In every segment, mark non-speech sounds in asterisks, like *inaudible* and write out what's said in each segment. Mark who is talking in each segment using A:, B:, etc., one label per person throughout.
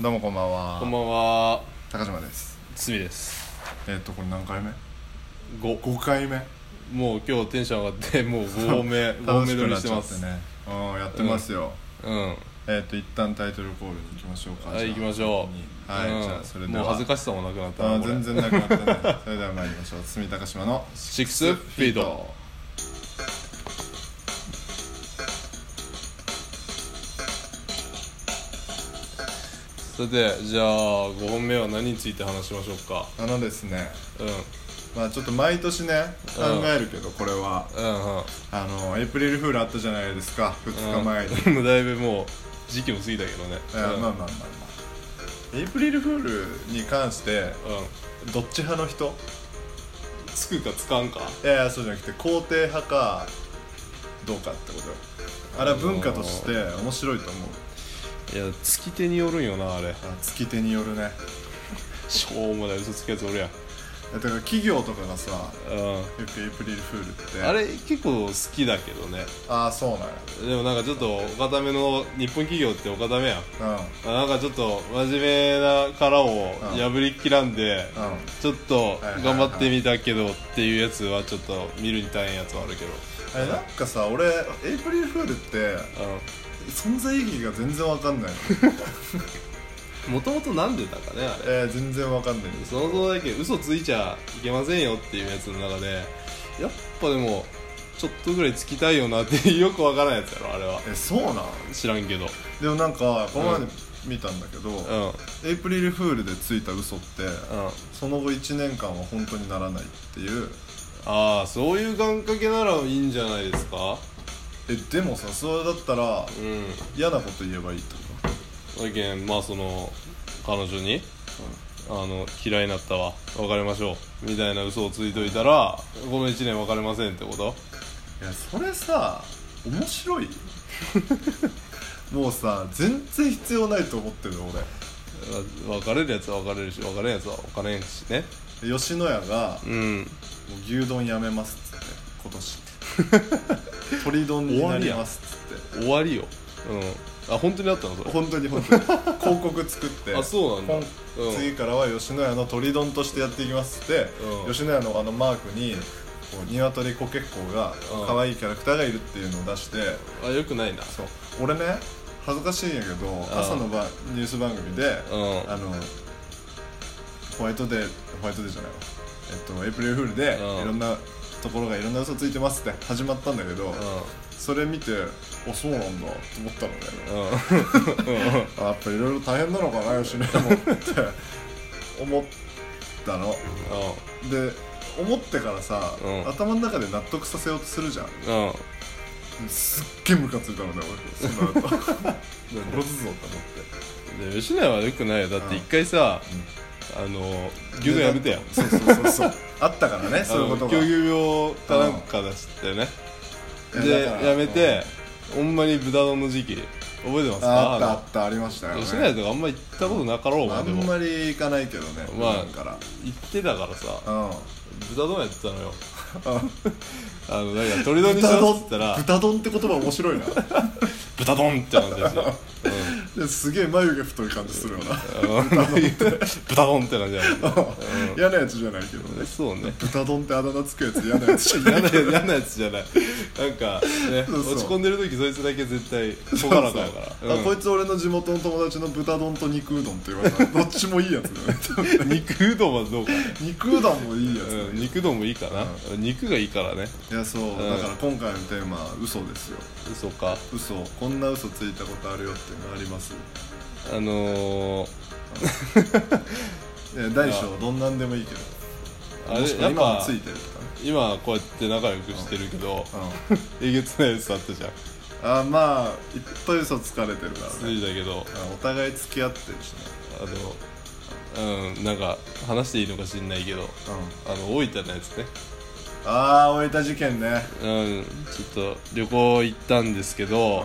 A: どうもこんばんは
B: こんばんは、
A: 高島です
B: つみです。
A: えっ、とこれ何回目
B: 五、
A: 5回目
B: もう今日テンション上がって、
A: *laughs*
B: もう五多め、五多
A: 楽
B: め
A: し
B: 撮
A: く
B: り
A: なっ
B: して
A: ちゃ
B: ま
A: って
B: す。
A: ねうんやってますよ、
B: うん、
A: えっ、と一旦タイトルコールに行きましょうか
B: はい、行きましょう。
A: はい、
B: うん
A: じゃあそれでは
B: もう恥ずかしさもなくなった
A: あ
B: な。
A: ー全然なくなってないそれでは参りましょう堤高島の
B: シックスフィード。さて、じゃあ、五本目は何について話しましょうか。
A: あのですね
B: うん、うん、
A: まあちょっと毎年ね考えるけどこれは
B: うん。
A: あのエイプリルフールあったじゃないですか2日前に、
B: うん *laughs* もうだいぶもう時期も過ぎたけどね
A: えーまあまあまあまあエイプリルフールに関して
B: う
A: どっち派の人
B: んつくかつかんか
A: いやいやそうじゃなくて肯定派かどうかってことよあれは文化として面白いと思う
B: いやつき手によるんよなあれ
A: あつき手によるね
B: しょうもない嘘つくやつ俺やん
A: だから企業とかがさよ
B: う
A: くエイプリルフールって
B: んあれ結構好きだけどね
A: ああそうなん
B: でもなんかちょっとお固めの日本企業ってお固めやん
A: や
B: なんかちょっと真面目な殻を破りきらんで、
A: うんうん
B: ちょっと頑張ってみたけどっていうやつはちょっと見るに大変やつはあるけど
A: あれなんかさ俺エイプリルフールって存在意義が全然わかん
B: *laughs*
A: ないの、
B: もともとなんでだかねあれ
A: えー、全然わかんないです
B: 想像だけど嘘ついちゃいけませんよっていうやつの中でやっぱでもちょっとぐらいつきたいよなっていうよくわからないやつやろあれは
A: えそうなん
B: 知らんけど
A: でもなんかこの前見たんだけど、
B: うんうん
A: エイプリルフールでついた嘘って、その後1年間は本当にならないっていう
B: ああそういう願掛けならいいんじゃないですか
A: えでもさそれだったら
B: うん
A: 嫌なこと言えばいいってこ
B: だけんまあその彼女に
A: と、
B: あの嫌いになったわ別れましょうみたいな嘘をついといたらこの1年別れませんってこと
A: いやそれさ面白
B: *laughs*
A: いもうさ全然必要ないと思ってるの
B: わ別れるやつは別れるし別れんやつはお金んしね
A: 俺吉野家が
B: うん
A: 「もう牛丼やめます」っつって今年
B: *laughs*
A: 鶏丼になりますっつって
B: 終わりようんあ本当にあったのそれ
A: 本当に本当に広告作って
B: あそうなんだ
A: こ
B: うん
A: 次からは吉野家の鶏丼としてやっていきますって、
B: うん
A: 吉野家のあのマークにこう鶏コケッコーが
B: うん
A: 可愛いキャラクターがいるっていうのを出して、
B: あよくないな
A: そう俺ね恥ずかしいんやけど
B: ああ
A: 朝のばニュース番組で
B: うん
A: あのホワイトデーホワイトデーじゃないわえっとエイプリルフールで
B: うん
A: いろんなところがいろんな嘘ついてますって始まったんだけど、
B: う
A: それ見てあそうなんだと思ったのね
B: んうん
A: あやっぱいろいろ大変なのかな吉野家も
B: *laughs*
A: って思ったので思ってからさ、
B: うん
A: 頭の中で納得させようとするじゃん
B: うんうん
A: すっげえムカついたのね俺その後
B: *laughs*
A: 殺すぞと思って
B: で吉野家はよくないよだって一回さ、あの牛丼やめてやん
A: *laughs* そうそうそうそうあったからねそういうことが
B: 狂牛病かなんか出してね、
A: うんい
B: で
A: やだから
B: やめて、ほんまに豚丼の時期覚えてますか
A: あったあったありましたよ
B: あ
A: ね
B: の吉野家とかあんま行ったことなかろう
A: あ
B: もんで
A: ん
B: も
A: まり行かないけどね
B: まあ
A: 普段から
B: 行ってたからさ
A: うん
B: 豚丼やってたのよあのなんか鶏丼にしようっつったら
A: 豚丼って言葉面白いな
B: 豚丼ってなったんですよ、うん
A: ですげえ眉毛太い感じするよな
B: 豚丼って感じだもんね
A: 嫌なやつじゃないけどね
B: そうね
A: 豚丼ってあだ名つくやつ嫌なやつじゃな
B: 嫌
A: い
B: な嫌なやつじゃないなんかね
A: そうそう
B: 落ち込んでる時そいつだけ絶対ほがらかやから
A: あこ
B: う
A: いつ俺の地元の友達の豚丼と肉うどんって言われたらどっちもいいやつだよね *laughs*
B: ん肉うどんはどうかね
A: 肉うどんもいいやつだよ
B: うん
A: ね
B: 肉うどんもいいかな肉がいいからね
A: いやそうだから今回のテーマは嘘ですよ
B: 嘘か
A: 嘘こんな嘘ついたことあるよっていうのあります
B: あのー
A: え大小どんなんでもいいけど
B: あ
A: もし
B: れ
A: くは今も
B: やっぱ
A: ついてるとかね
B: 今こうやって仲良くしてるけど
A: うん
B: えげつないやつあったじゃん
A: あまあいっぱい嘘つかれてるから
B: つ
A: ね
B: いだけど
A: あお互い付き合ってるしね
B: あのうんなんか話していいのか知んないけどあの大分のやつね
A: ああ大分事件ね
B: うんちょっと旅行行ったんですけど、
A: うん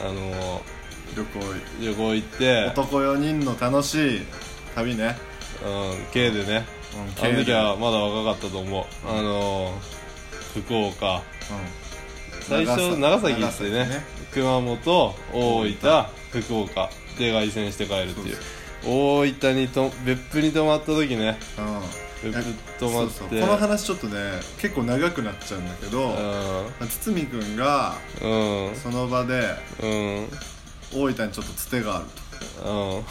B: あの
A: 旅行
B: 旅行行って、
A: 男4人の楽しい旅ね
B: うん、K でね、
A: うん
B: あの時は
A: 軽
B: まだ若かったと思う、あの福岡
A: うん
B: 最初長崎行ってね熊本大分福岡で凱旋して帰るって
A: そう
B: い
A: で
B: う
A: す
B: 大分にと別府に泊まった時ね
A: うん
B: 別府泊ま
A: そ
B: っ
A: うそ
B: て
A: うこの話ちょっとね結構長くなっちゃうんだけど、まあ堤君が
B: うんうん
A: その場で
B: うん
A: 大分にちょっとつてがある
B: うん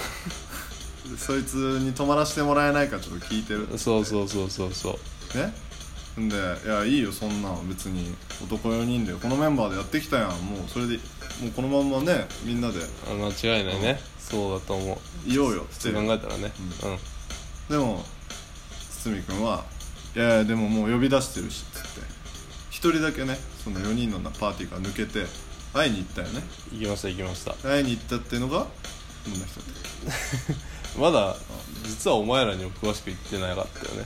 A: とでそいつに泊まらせてもらえないかちょっと聞いてる
B: そうそうそうそうそう
A: ねんで「いやいいよそんなの別に男4人でこのメンバーでやってきたやんもうそれでもうこのまんまねみんなで
B: あ間違いないね、そうだと思う
A: いようよ」って
B: そう考えたらねうん、
A: でも堤君は「いやいやでももう呼び出してるし」っつって一人だけねその4人のパーティーから抜けて会いに行ったよね
B: 行きました行きました
A: 会いに行ったっていうのがどんな人だっ
B: まだ実はお前らにも詳しく言ってなかったよね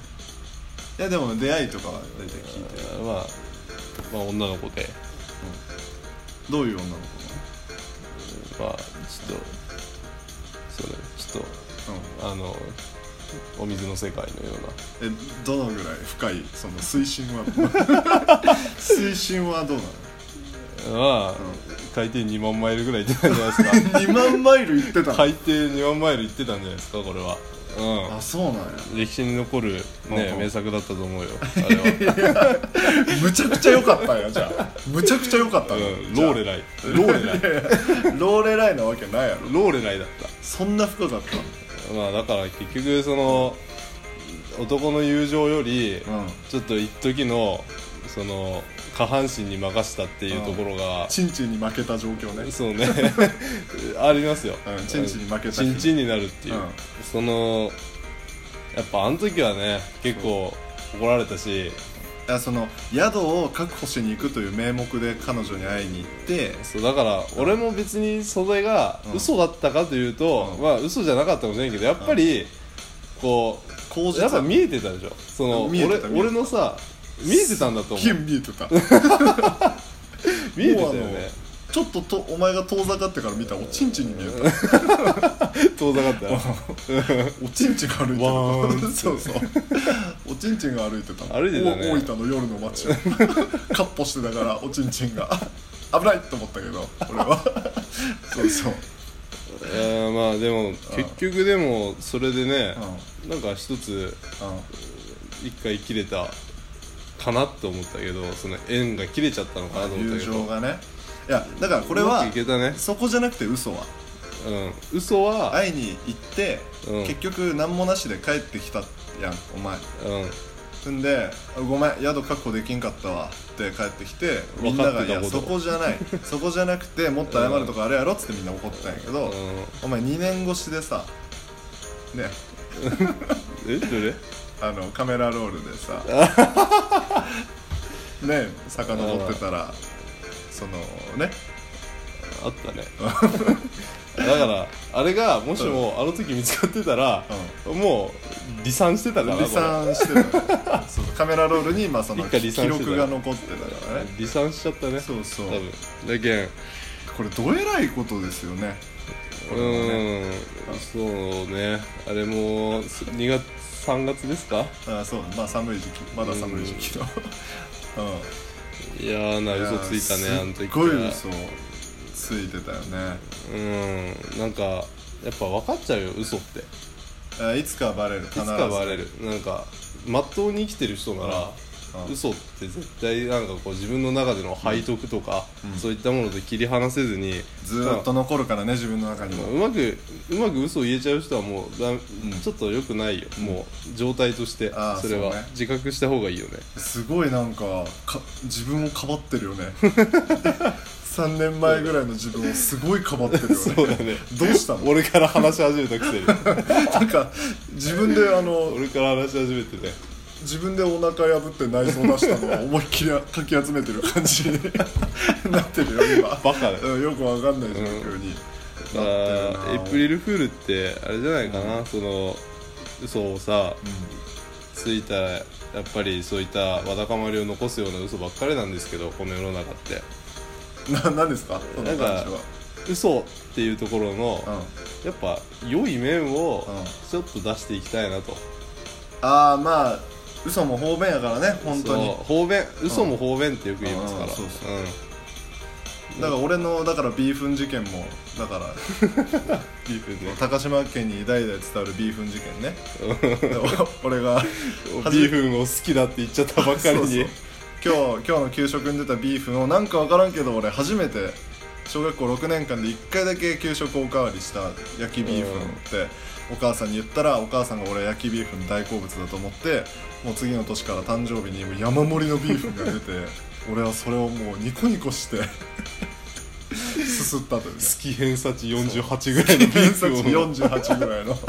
A: けいやでも出会いとかは大体聞いてる、
B: あーまあまあ女の子で
A: うん、どういう女の
B: まあちょっとそれちょっ
A: 子なの、
B: とあのお水の世界のような
A: うん、えどのぐらい深いその水深
B: *laughs*
A: は水深はどうなの
B: まあ、海底2万マイルぐらい行ってたんじゃないですか
A: 2万マイル行ってたの
B: 海底2万マイル行ってたんじゃないですかこれは
A: あそうなんや
B: うん歴史に残る
A: う
B: ね
A: ん
B: 名作だったと思うよあれ
A: *laughs*
B: は、
A: むちゃくちゃ良かったんやじゃあむちゃくちゃ良かった
B: う
A: の
B: ん、ローレライローレライ
A: ライローレライなわけないやろ
B: ローレライだった
A: そんな深かった
B: まあだから結局その男の友情より
A: うん
B: ちょっと一時のその下半身に任したっていうところが
A: チンチンに負けた状況ね
B: そうね *laughs* ありますよ
A: うんチンチンに負けた
B: チンチンになるっていう
A: うん
B: そのやっぱあの時はね結構怒られたし
A: あその宿を確保しに行くという名目で彼女に会いに行って
B: そうだから俺も別にそれが
A: うん
B: 嘘だったかというと
A: うん
B: まあ嘘じゃなかったかもしれんけどやっぱりこう
A: 口実
B: やっぱ見えてたでしょその
A: 見
B: 俺
A: えてた見えてた
B: 俺のさ見えてたんだと思う
A: 金見えてた
B: *laughs* 見えてたよ
A: もう
B: ね
A: あのちょっととお前が遠ざかってから見たらおちんちんに見えた
B: *laughs* 遠ざかったよ
A: おちんちんが歩いて
B: わーんって
A: た *laughs* そうそうおちんちんが歩いてた
B: 歩いてた
A: お
B: ね
A: 大分の夜の街を *laughs* かっ歩してたからおちんちんが危ないと思ったけど俺
B: *laughs*
A: はそうそう、
B: えーまあでも結局でもそれでね
A: うん
B: なんか一つ
A: うん、
B: 一回切れたかなと思ったけどその縁が切れちゃったのかなと思っ
A: 友
B: たけど
A: 情がねいやだからこれ
B: う
A: は
B: まくいけたね
A: そこじゃなくて嘘は
B: うん嘘は
A: 会いに行って、
B: うん
A: 結局何もなしで帰ってきたやんお前
B: うん
A: んで「あごめん宿確保できんかったわ」って帰ってきてみんなが「
B: 分
A: いや
B: かってたこと
A: そこじゃ
B: *laughs*
A: ないそこじゃなくてもっと謝るとかあるやろ」っつってみんな怒ったんやけど、
B: んうん
A: お前2年越しでさね
B: えどれ
A: あのカメラロールで
B: *laughs*
A: さね遡ってたらそのね
B: あったね *laughs* だからあれがもしもあの時見つかってたらもう離散してたから
A: 離散してた
B: *laughs*
A: よそうカメラロールにまあその
B: 一回離
A: 記
B: 散してた
A: 録が残ってたからね
B: 離散しちゃったね
A: そうそう
B: 多分だけん
A: これどえらいことですよねこ
B: う
A: れはね
B: んそうねあれもす2月3月ですか
A: あそうまあ寒い時期まだ寒い時期のうん
B: いやーな嘘ついたねあの時
A: すっ
B: か
A: ご
B: ら
A: い嘘ついてたよね
B: うんなんかやっぱ分かっちゃうよ嘘ってい
A: あいつかはバレる
B: つかバレるなんかまっとうに生きてる人なら
A: うんうん
B: 嘘って絶対なんかこう自分の中での背徳とか、
A: うん
B: そういったものと切り離せずに
A: ずーっと残るからね自分の中に
B: まあ
A: も
B: うまくうまく嘘を言えちゃう人はもうだ、ちょっと良くないよ、
A: ん
B: もう状態として
A: あー
B: それは
A: そうね
B: 自覚した方がいいよね
A: すごいなんかか自分をかばってるよね *laughs* 3年前ぐらいの自分をすごいかばってるよね
B: そうだね
A: どうしたの *laughs*
B: 俺から話し始めたくせに
A: なんか自分であの
B: *laughs* 俺から話し始めてね
A: 自分でお腹破って内臓出したのを思いっきりかき集めてる感じに *laughs* なってるよ今
B: バカだよ
A: うんよくわかんない状況に、
B: だ
A: なってる
B: からエ
A: な
B: イプリルフールってあれじゃないかな、その嘘をさついたらやっぱりそういったわだかまりを残すような嘘ばっかりなんですけどこの世の中って
A: うん、な何ですかその感じ
B: なんか
A: は
B: 嘘っていうところの、
A: うん
B: やっぱ良い面を
A: うん
B: ちょっと出していきたいなと、
A: ああまあ嘘も方便やからね本当に
B: そう方便嘘も方便ってよく言いますから、
A: うんそうそ
B: うん
A: だから俺のだからビーフン事件もだから
B: ビーフンね
A: 高島家に代々伝わるビーフン事件ねでお *laughs* 俺が初め
B: ビーフンを好きだって言っちゃったばっかり
A: そうそう
B: に
A: 今日今日の給食に出たビーフンをなんか分からんけど俺初めて小学校6年間で1回だけ給食おかわりした焼きビーフンってお母さんに言ったらお母さんが俺焼きビーフン大好物だと思ってもう次の年から誕生日にもう山盛りのビーフンが出
B: *laughs*
A: て俺はそれをもうニコニコしてすすったというね
B: 好き偏差値48ぐらいのビー
A: 偏差
B: フ
A: 値
B: ンを
A: 48ぐ
B: *laughs*
A: らいの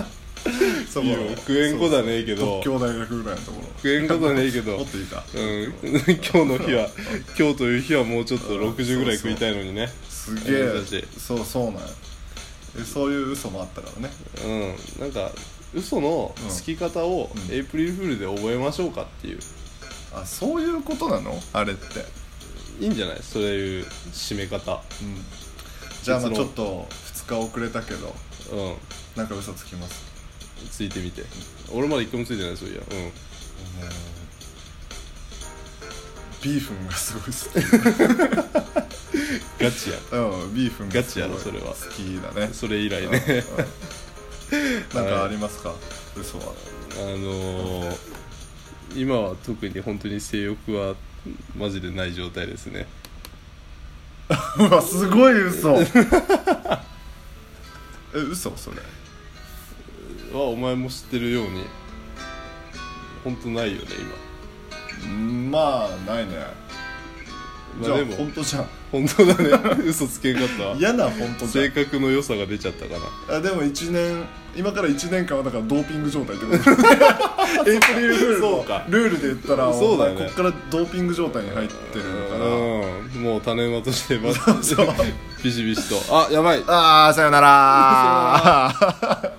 A: そ
B: いいよ食えんこだねえけど
A: 特許大学ぐらいのところ
B: 食えんことねえけど
A: もっといいか
B: うん、 *laughs* 今日の日は今日という日はもうちょっと60ぐらい食いたいのにね
A: すげえ
B: 珍しい
A: そうそうなんやえそういう嘘もあったからね
B: うんなんか嘘の
A: うん
B: つき方を
A: うん
B: エイプリルフールで覚えましょうかっていう
A: あそういうことなのあれって、
B: いいんじゃないそういう締め方
A: うん、じゃあまあ
B: 結論
A: ちょっと2日遅れたけど
B: うん
A: なんか嘘つきます
B: ついてみて俺まだ一個もついてないそういやうん
A: もうビーフンがすごい好き
B: *laughs* ガチや
A: うんビーフンがすごい
B: ガチやろそれは
A: 好きだね
B: それ以来ね
A: うんなんかありますか嘘は
B: *laughs* あのー、今は特に本当に性欲はマジでない状態ですね
A: うわすごい
B: *laughs*
A: 嘘え嘘それ
B: はお前も知ってるように本当ないよね
A: うんまあないね
B: 今
A: じ
B: ま
A: ゃ
B: あ
A: あ
B: でも
A: 本当じゃん
B: 本当だね嘘つけんかったわ
A: 嫌な本当じゃん
B: 性格の良さが出ちゃったか
A: あでも1年今から1年間はだからドーピング状態ってこと *laughs* エイプリルフール
B: そう
A: の
B: か
A: ルールで言ったら
B: そうだよね
A: お前こっからドーピング状態に入ってる
B: な
A: か
B: うんもう種馬としてま *laughs*
A: ら *laughs* そう
B: ビシビシとあやばい
A: *laughs* ああさよなら